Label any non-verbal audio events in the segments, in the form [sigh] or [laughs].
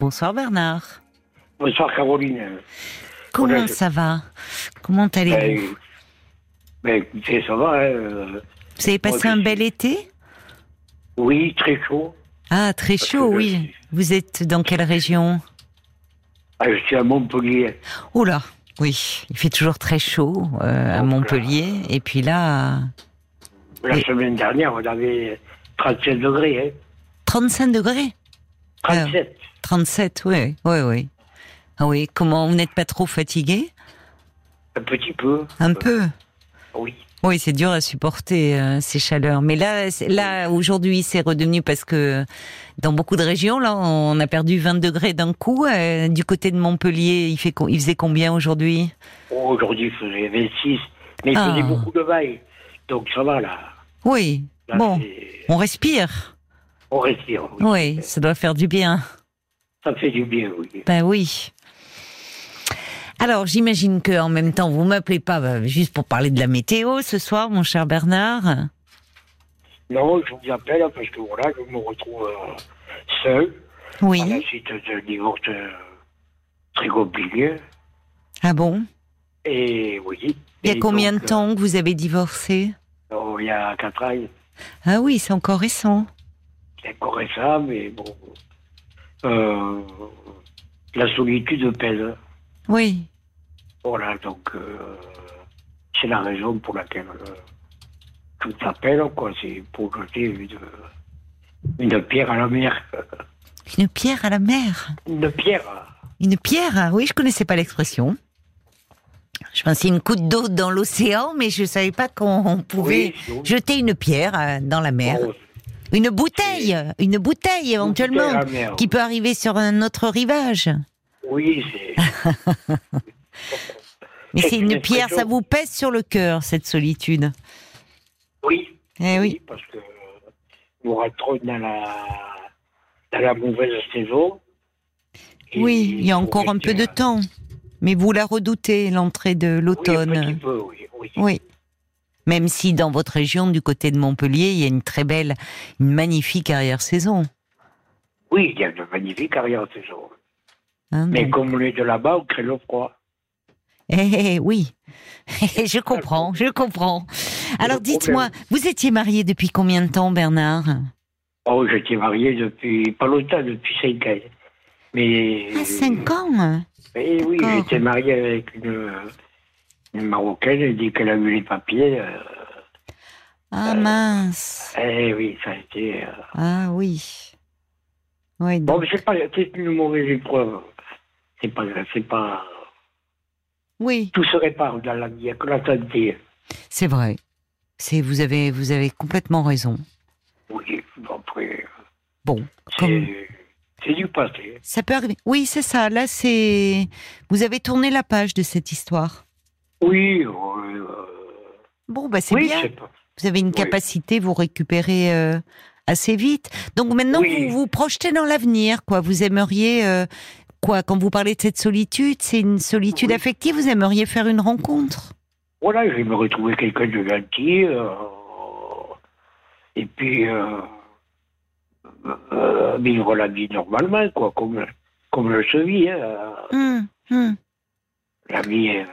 Bonsoir Bernard. Bonsoir Caroline. Comment Bonjour. ça va Comment allez-vous Ben, ben, écoutez, ça va. hein, euh, Vous avez passé moi, un je- bel été Oui, très chaud. Ah, très Parce chaud, que je oui. suis- Vous êtes dans quelle région Ah, je suis à Montpellier. Oh là, oui. Il fait toujours très chaud euh, à Donc, Montpellier. Et puis là, La Et- semaine dernière, on avait 37 degrés. Hein. 35 degrés Ah. 37. 37, oui, oui, oui. Ah oui, comment Vous n'êtes pas trop fatigué Un petit peu. Un peu Oui. Oui, c'est dur à supporter euh, ces chaleurs. Mais là, c'est- là aujourd'hui, c'est redevenu parce que dans beaucoup de régions, là, on a perdu 20 degrés d'un coup. Euh, du côté de Montpellier, il, fait, co- il faisait combien aujourd'hui Oh, Aujourd'hui, il faisait 26. Mais il Ah. faisait beaucoup de bail. Donc ça va là. Oui, Là, bon, c'est- on respire. On respire. oui. Oui, ça doit faire du bien. Ça fait du bien, oui. Ben oui. Alors, j'imagine que en même temps, vous m'appelez pas bah, juste pour parler de la météo ce soir, mon cher Bernard. Non, je vous appelle parce que voilà, je me retrouve euh, seul à la Oui. suite d'un divorce euh, très compliqué. Ah bon Et oui. Il y a Et combien donc, de temps que vous avez divorcé euh, oh, Il y a 4 ans. Ah oui, c'est encore récent. C'est encore ça, mais bon. Euh, la solitude pèse. Oui. Voilà, donc euh, c'est la raison pour laquelle euh, je vous appelle, quoi. C'est pour jeter une, une pierre à la mer. Une pierre à la mer. Une pierre Une pierre, ah oui, je connaissais pas l'expression. Je pensais une goutte d'eau dans l'océan, mais je savais pas qu'on on pouvait Oui, donc, jeter une pierre euh, dans la mer. bon, Une bouteille, une bouteille éventuellement, bouteille à la mer, qui oui. peut arriver sur un autre rivage. Oui, c'est. Mais C'est c'est une une pierre, expression. ça vous pèse sur le cœur, cette solitude. Oui. Eh oui, Parce que nous rentrons dans la, dans la mauvaise saison. Et oui, il y a faut encore un rester peu de à- temps. Mais vous la redoutez, l'entrée de Oui, un petit l'automne. peu, oui, oui. Oui. Même si dans votre région, du côté de Montpellier, il y a une très belle, une magnifique arrière-saison. Oui, il y a de magnifiques arrières saison. hein, Mais donc- comme on est de là-bas, on crée le froid. Eh, eh, oui, [laughs] Eh, je comprends, je comprends. Alors le dites-moi, vous étiez marié depuis combien de temps, Bernard Oh, j'étais marié depuis, pas longtemps, depuis 5 ans. Mais. Ah, cinq ans Eh oui, d'accord. j'étais marié avec une, une Marocaine, elle dit qu'elle a eu les papiers. euh, Ah mince eh oui, ça a été. euh, Ah oui. Oui, Bon, donc- mais c'est pas, c'est une mauvaise épreuve. C'est pas, c'est pas. oui Tout se répare dans la vie, il n'y a que la santé. c'est vrai. C'est vous avez vous avez complètement raison. Oui, bon, après, Bon, comme- c'est, c'est du passé. ça peut arriver. Oui, c'est ça. Là, c'est vous avez tourné la page de cette histoire. Oui, euh, Bon, bah c'est oui, bien. c'est pas. Vous avez une Oui. capacité, vous récupérez euh, assez vite. Donc maintenant, Oui. vous vous projetez dans l'avenir, quoi. Vous aimeriez, euh, quoi, quand vous parlez de cette solitude, c'est une solitude Oui. affective, vous aimeriez faire une rencontre Voilà, je vais me retrouver quelqu'un de gentil. euh, et puis, euh, euh, vivre la vie normalement, quoi, comme, comme le se vit. hein. Hum, hum. La vie. euh,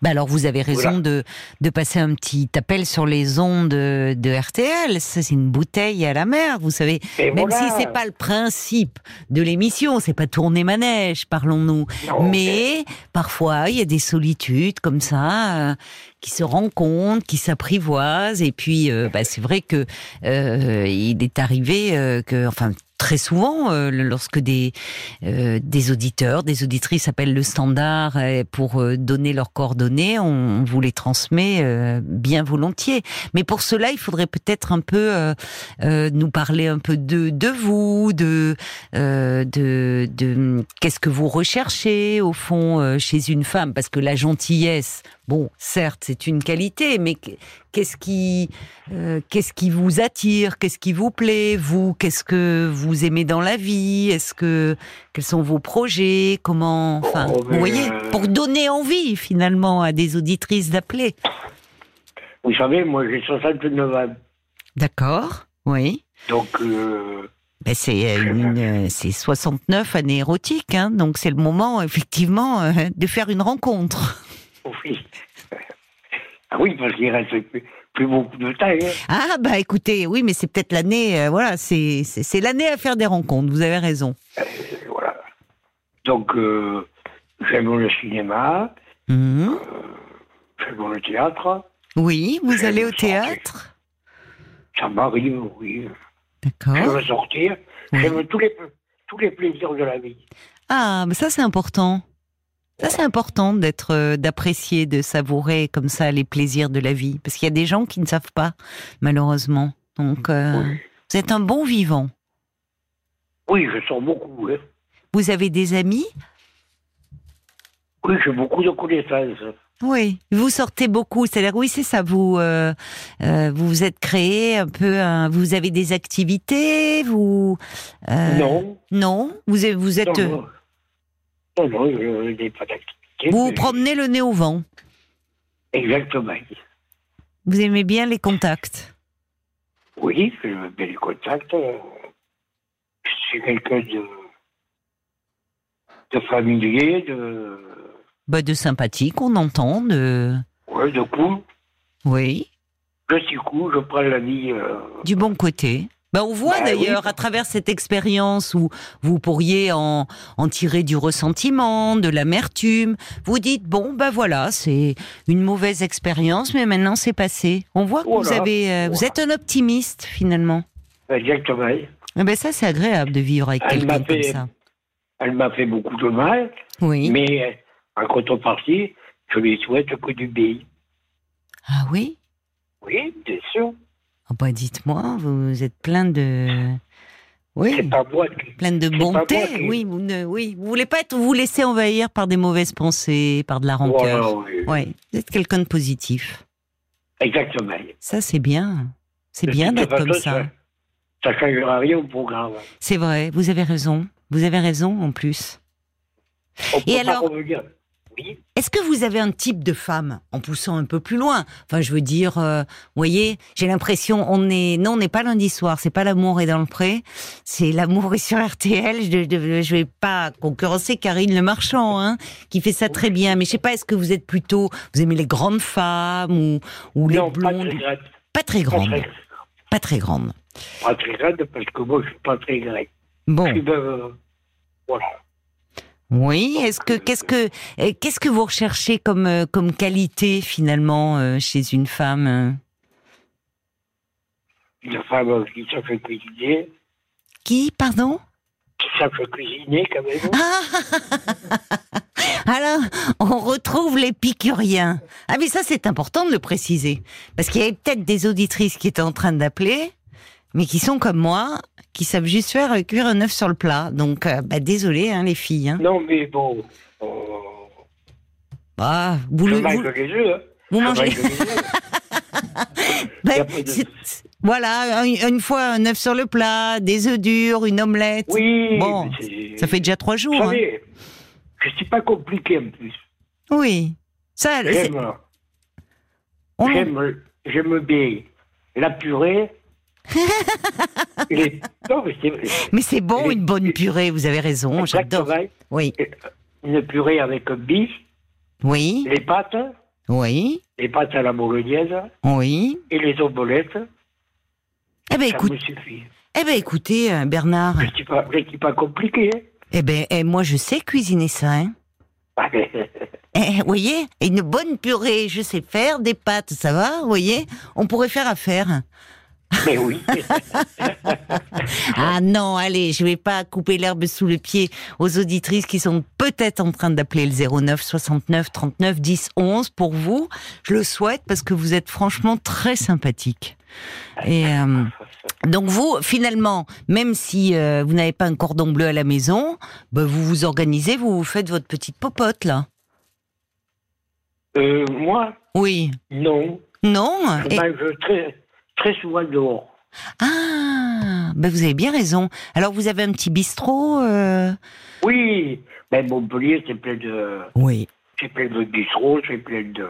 Bah alors vous avez raison Voilà. de, de passer un petit appel sur les ondes de, de RTL. Ça, C'est une bouteille à la mer, vous savez. et Même voilà. si c'est pas le principe de l'émission, c'est pas tourner manège, parlons-nous. Non, Mais parfois, il y a des solitudes comme ça euh, qui se rencontrent, qui s'apprivoisent. Et puis, euh, bah, c'est vrai que euh, il est arrivé euh, que, enfin. Très souvent, euh, lorsque des euh, des auditeurs, des auditrices appellent le standard euh, pour euh, donner leurs coordonnées, on, on vous les transmet euh, bien volontiers. Mais pour cela, il faudrait peut-être un peu euh, euh, nous parler un peu de de vous, de euh, de, de qu'est-ce que vous recherchez au fond euh, chez une femme parce que la gentillesse bon certes c'est une qualité mais qu- qu'est-ce qui euh, qu'est-ce qui vous attire qu'est-ce qui vous plaît vous qu'est-ce que vous aimez dans la vie est-ce que quels sont vos projets comment enfin Oh, vous mais, voyez euh, pour donner envie finalement à des auditrices d'appeler Vous savez, moi j'ai 69 ans. d'accord oui Donc, euh, Ben, c'est euh, une, euh, c'est 69 années érotiques, hein, donc c'est le moment effectivement euh, de faire une rencontre. oh Oui. Ah oui, parce qu'il reste plus, plus beaucoup de temps. hein. Ah bah écoutez, oui, mais c'est peut-être l'année, euh, voilà, c'est c'est- c'est l'année à faire des rencontres. Vous avez raison. Et Voilà. Donc, euh, j'aime le cinéma, Mhm. j'aime le théâtre. Oui, vous Je allez au me sens théâtre, Ça m'arrive, oui. d'accord. J'aime sortir. Hein Oui. J'aime tous les, tous les plaisirs de la vie. Ah, mais ça c'est important. Ça c'est important d'être, euh, d'apprécier, de savourer comme ça les plaisirs de la vie, parce qu'il y a des gens qui ne savent pas, malheureusement. Donc, euh, Oui. vous êtes un bon vivant. Oui, je sors beaucoup. hein. Vous avez des amis Oui, j'ai beaucoup de connaissances. Oui, vous sortez beaucoup, c'est-à-dire oui, c'est ça. Vous euh, euh, vous vous êtes créé un peu, un- vous avez des activités, vous euh, Non. non, vous êtes- vous êtes Non, non, non, je n'ai pas d'activité. vous mais- promenez le nez au vent. Exactement. Vous aimez bien les contacts. Oui, je me mets les contacts. euh, Je suis quelqu'un de, de familier, de, Bah, de sympathique, on entend. De ouais, de cool. oui, Je suis cool, je prends la vie. euh, du bon côté. Bah, on voit Bah oui. d'ailleurs à travers cette expérience où vous pourriez en, en tirer du ressentiment, de l'amertume. Vous dites bon bah voilà c'est une mauvaise expérience mais maintenant c'est passé. On voit que vous Voilà. avez euh, vous Voilà. êtes un optimiste finalement. exactement. Eh ben ça c'est agréable de vivre avec Elle quelqu'un m'a comme fait- ça. Elle m'a fait beaucoup de mal, Oui. mais euh, en contrepartie, je lui souhaite que du bien. Ah oui. Oui, bien sûr. Ah bah dites-moi vous êtes plein de oui. C'est pas moi qui. pleine de C'est pas moi bonté. qui- Oui, vous ne, oui, vous voulez pas être, vous laisser envahir par des mauvaises pensées, par de la Voilà, rancœur. oui. Ouais, vous êtes quelqu'un de positif. Exactement. Ça, c'est bien. C'est De bien toute d'être comme façon, ça. Ça ne changera rien au programme. C'est vrai. Vous avez raison. Vous avez raison en plus. On peut Et pas alors- revenir. Oui, Est-ce que vous avez un type de femme en poussant un peu plus loin Enfin, je veux dire, euh, vous voyez, j'ai l'impression on est non, on n'est pas lundi soir, c'est pas l'amour est dans le pré, c'est l'amour est sur RTL. Je, je, je vais pas concurrencer Karine Le Marchand, hein, qui fait ça très bien. Mais je sais pas, est-ce que vous êtes plutôt, vous aimez les grandes femmes ou ou les non, pas blondes très grave. Pas très Pas grandes, très, pas très grandes. pas très grande, parce que moi, je suis pas très grec. Bon, Je suis, euh, voilà. oui. Est-ce que qu'est-ce que euh, qu'est-ce que vous recherchez comme euh, comme qualité finalement euh, chez une femme euh, Une femme qui sache cuisiner, Qui, pardon [laughs] qui sache cuisiner quand même. Ah Alors, on retrouve l'épicurien. Ah mais ça, c'est important de le préciser. Parce qu'il y avait peut-être des auditrices qui étaient en train d'appeler, mais qui sont comme moi, qui savent juste faire euh, cuire un œuf sur le plat. Donc, euh, bah, désolé, hein, les filles. hein. Non, mais bon, euh, on- Ah, vous, je le- mange vous- les œufs. hein. vous Je mangez... mange [laughs] les œufs. Ben, y a pas de- c'est- Voilà, un- une fois un œuf sur le plat, des œufs durs, une omelette. Oui, Bon, mais c'est- Ça fait déjà trois Vous jours. hein. savez, je suis pas compliqué en plus. Oui. Ça, Euh, c'est- oh, J'aime, on- j'aime, j'aime bien [laughs] la purée. les... Non, mais c'est Mais c'est bon, Les- une bonne purée, vous avez raison, j'adore. Exactement. Oui, euh, Une purée avec un bif, oui, les pâtes, oui, les pâtes à la bolognaise oui. et les omelettes. Eh ben, ça écoute, me suffit. eh ben, écoutez, euh, Bernard, Je ne suis, pas- je suis pas compliqué. hein. [laughs] eh ben, eh, moi, je sais cuisiner ça, hein. Ah, mais- Eh, vous voyez, une bonne purée, je sais faire, des pâtes, ça va, vous voyez, on pourrait faire affaire. [laughs] Mais oui. Ah non, allez, je vais pas couper l'herbe sous le pied aux auditrices qui sont peut-être en train d'appeler le 09 69 39 10 11 pour vous. Je le souhaite parce que vous êtes franchement très sympathique. Et euh, donc vous, finalement, même si euh, vous n'avez pas un cordon bleu à la maison, ben, vous vous organisez, vous vous faites votre petite popote là. Euh, moi, Oui. non. Non Je Ah, Et- mange très, très souvent dehors. Ah ben Vous avez bien raison. Alors vous avez un petit bistrot euh, Oui, mais Montpellier, c'est plein de, Oui. c'est plein de bistrots, c'est plein de,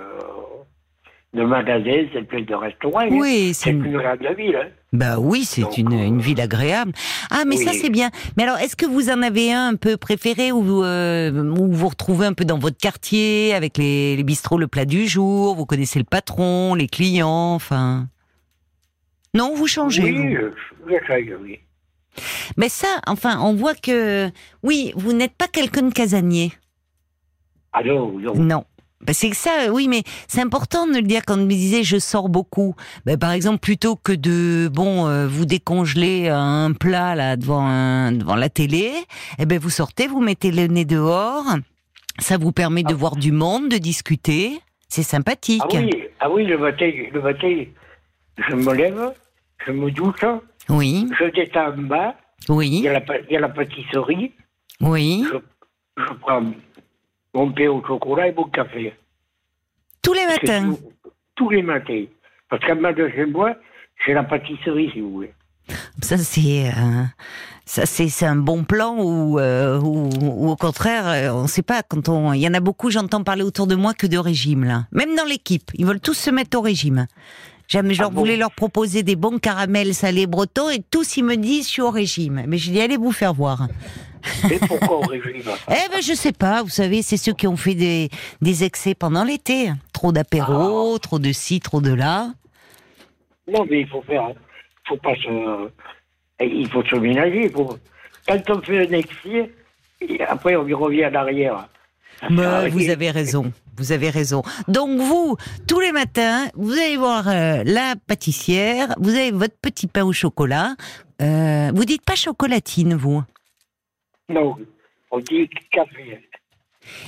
de magasins, c'est plein de restaurants. Oui, C'est une grande ville. hein. Bah oui, c'est Donc, une, euh, une ville agréable. Ah, mais ça oui. c'est bien. Mais alors, est-ce que vous en avez un un peu préféré ou euh, où vous retrouvez un peu dans votre quartier avec les, les bistrots, le plat du jour Vous connaissez le patron, les clients, enfin. Non, vous changez. vous. Oui, euh, je sais, oui. Mais ça, enfin, on voit que oui, vous n'êtes pas quelqu'un de casanier. Ah non, non. Non. Ben, c'est que ça, oui, mais c'est important de le dire quand on me disait je sors beaucoup. Ben, par exemple, plutôt que de bon euh, vous décongeler un plat là devant un- devant la télé, eh ben vous sortez, vous mettez le nez dehors. Ça vous permet de voir du monde, de discuter. C'est sympathique. Ah oui, ah oui, le matin, le matin, je me lève, je me douche, oui, je descends en bas, il y oui, a la, pa- il y a la pâtisserie, oui. je, je prends mon pain au chocolat et mon café. Tous les C'est matins. tout- tous les matins. Parce qu'en bas de chez moi, c'est la pâtisserie, si vous voulez. Ça c'est euh, ça c'est c'est un bon plan ou euh, ou- ou au contraire euh, on sait pas quand on il y en a beaucoup j'entends parler autour de moi que de régime là même dans l'équipe ils veulent tous se mettre au régime. J'aime je Ah leur bon voulais leur proposer des bons caramels salés bretons et tous ils me disent je suis au régime mais je dis allez vous faire voir. Mais pourquoi au régime [laughs] Eh ben je sais pas vous savez c'est ceux qui ont fait des des excès pendant l'été trop Ah. d'apéros trop de ci trop de là. Non, mais il faut faire. Il faut pas se. eh, Il faut se ménager. il faut- Quand on fait un excès, et après on y revient en arrière. Ça sert à Mais rien. vous avez raison, vous avez raison. Donc vous, tous les matins, vous allez voir euh, la pâtissière, vous avez votre petit pain au chocolat. Euh, vous dites pas chocolatine, vous Non, on dit café.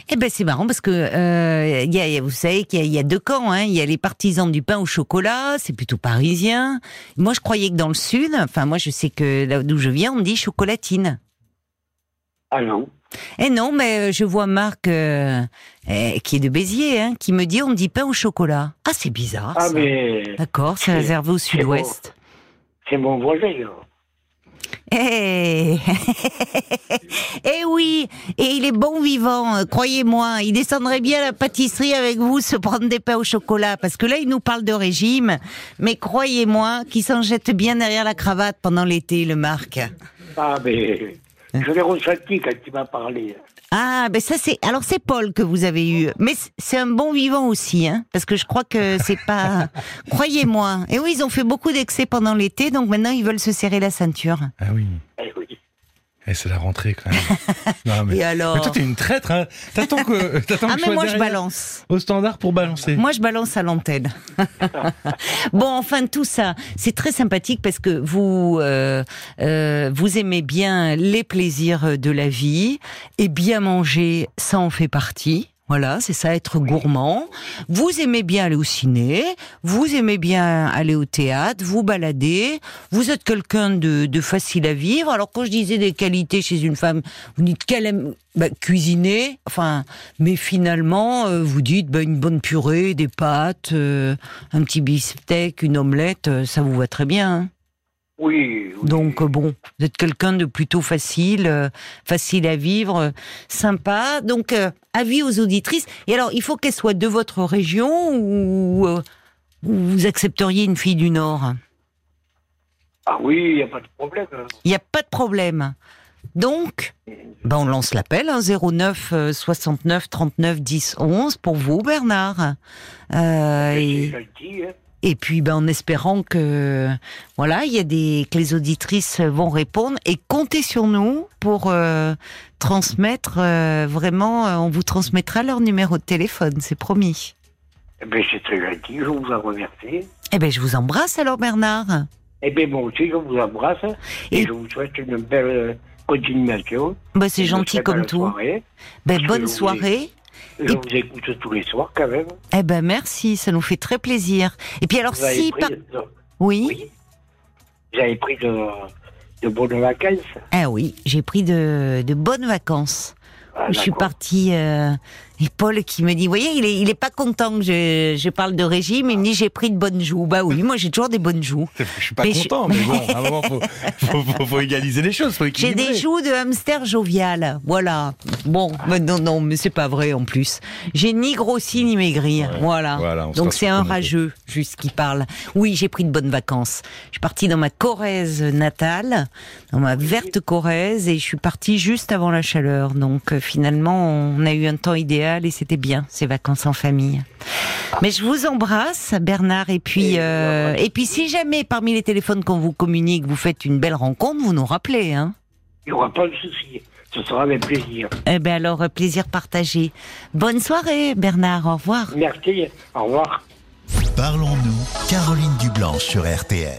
Eh ben c'est marrant parce que euh, il y a- il y a- vous savez qu'il y, a- il y a deux camps. hein. Il y a les partisans du pain au chocolat, c'est plutôt parisien. Moi je croyais que dans le sud, enfin moi je sais que là d'où je viens, on me dit chocolatine. Ah non. Eh non, mais euh, je vois Marc euh, eh, qui est de Béziers, hein, qui me dit on ne dit pain au chocolat. Ah, c'est bizarre. Ah, ça. mais D'accord, c'est réservé au sud-ouest. c'est mon voisin. là. Eh Eh oui, et il est bon vivant, euh, croyez-moi. Il descendrait bien à la pâtisserie avec vous se prendre des pains au chocolat, parce que là, il nous parle de régime. Mais croyez-moi qu'il s'en jette bien derrière la cravate pendant l'été, le Marc. Ah, mais. Hein Je l'ai ressenti quand il m'a parlé. Ah, ben ça c'est. Alors c'est Paul que vous avez eu, mais c- c'est un bon vivant aussi, hein, parce que je crois que c'est [laughs] pas. Croyez-moi. Et oui, ils ont fait beaucoup d'excès pendant l'été, donc maintenant ils veulent se serrer la ceinture. Ah oui. Eh oui. Et c'est la rentrée quand [laughs] même. non, mais... Et alors mais toi, t'es une traître. Hein. [laughs] T'attends que, t'attends Ah que mais je sois moi je derrière balance. au standard pour balancer. Moi, je balance à l'antenne. [laughs] bon, enfin, tout ça, c'est très sympathique parce que vous, euh, euh, vous aimez bien les plaisirs de la vie et bien manger, ça en fait partie. Voilà, c'est ça, être gourmand. Vous aimez bien aller au ciné, vous aimez bien aller au théâtre, vous balader. Vous êtes quelqu'un de, de facile à vivre. Alors quand je disais des qualités chez une femme, vous dites qu'elle aime bah, cuisiner. Enfin, mais finalement, euh, vous dites bah, une bonne purée, des pâtes, euh, un petit beefsteak, une omelette, euh, ça vous va très bien. hein. Oui. oui. Donc euh, bon, vous êtes quelqu'un de plutôt facile, euh, facile à vivre, euh, sympa. Donc euh, avis aux auditrices. Et alors, il faut qu'elles soient de votre région ou euh, ou vous accepteriez une fille du Nord Ah oui, il n'y a pas de problème. hein. Il n'y a pas de problème. Donc, ben on lance l'appel hein, 09 euh, 69 39 10 11 pour vous Bernard. Euh, C'est et, gentil, hein. et puis ben en espérant que voilà, il y a des que les auditrices vont répondre et comptez sur nous pour euh, transmettre euh, vraiment euh, on vous transmettra leur numéro de téléphone, c'est promis. Eh bien, c'est très gentil, je vous en remercie. Eh ben je vous embrasse alors Bernard. Eh bien, moi aussi, je vous embrasse et, Et- je vous souhaite une belle euh, continuation. Ben c'est Une gentil très comme belle tout. soirée. Ben Je bonne vous- soirée. Je vous écoute tous les soirs, quand même. Eh ben merci, ça nous fait très plaisir. Et puis alors Vous avez si pris, par- de, oui, oui. Vous avez pris de, de bonnes vacances. ah oui, j'ai pris de, de bonnes vacances. Ah, où je suis d'accord. partie. euh, et Paul qui me dit, vous voyez, il est, il est pas content que je, je parle de régime. Il me dit, j'ai pris de bonnes joues. Bah oui, moi j'ai toujours des bonnes joues. Je suis pas Mais je- [laughs] content, mais bon, à un moment, faut, faut, faut- faut égaliser les choses, faut J'ai équilibrer. des joues de hamster jovial. Voilà. Bon, Ah. mais non, non, mais c'est pas vrai en plus. J'ai ni grossi ni maigri. Voilà. Voilà, on se Donc rassure c'est un qu'on est rageux, juste qui parle. Oui, j'ai pris de bonnes vacances. Je suis partie dans ma Corrèze natale, dans ma verte Corrèze, et je suis partie juste avant la chaleur. Donc euh, finalement, on a eu un temps idéal et c'était bien, ces vacances en famille. Mais je vous embrasse, Bernard, et puis Et euh, et puis si jamais parmi les téléphones qu'on vous communique, vous faites une belle rencontre, vous nous rappelez, hein. Il n'y aura pas de souci. Ce sera avec plaisir. Eh ben alors, euh, plaisir partagé. Bonne soirée, Bernard. Au revoir. Merci. Au revoir. Parlons-nous, Caroline Dublanche sur RTL.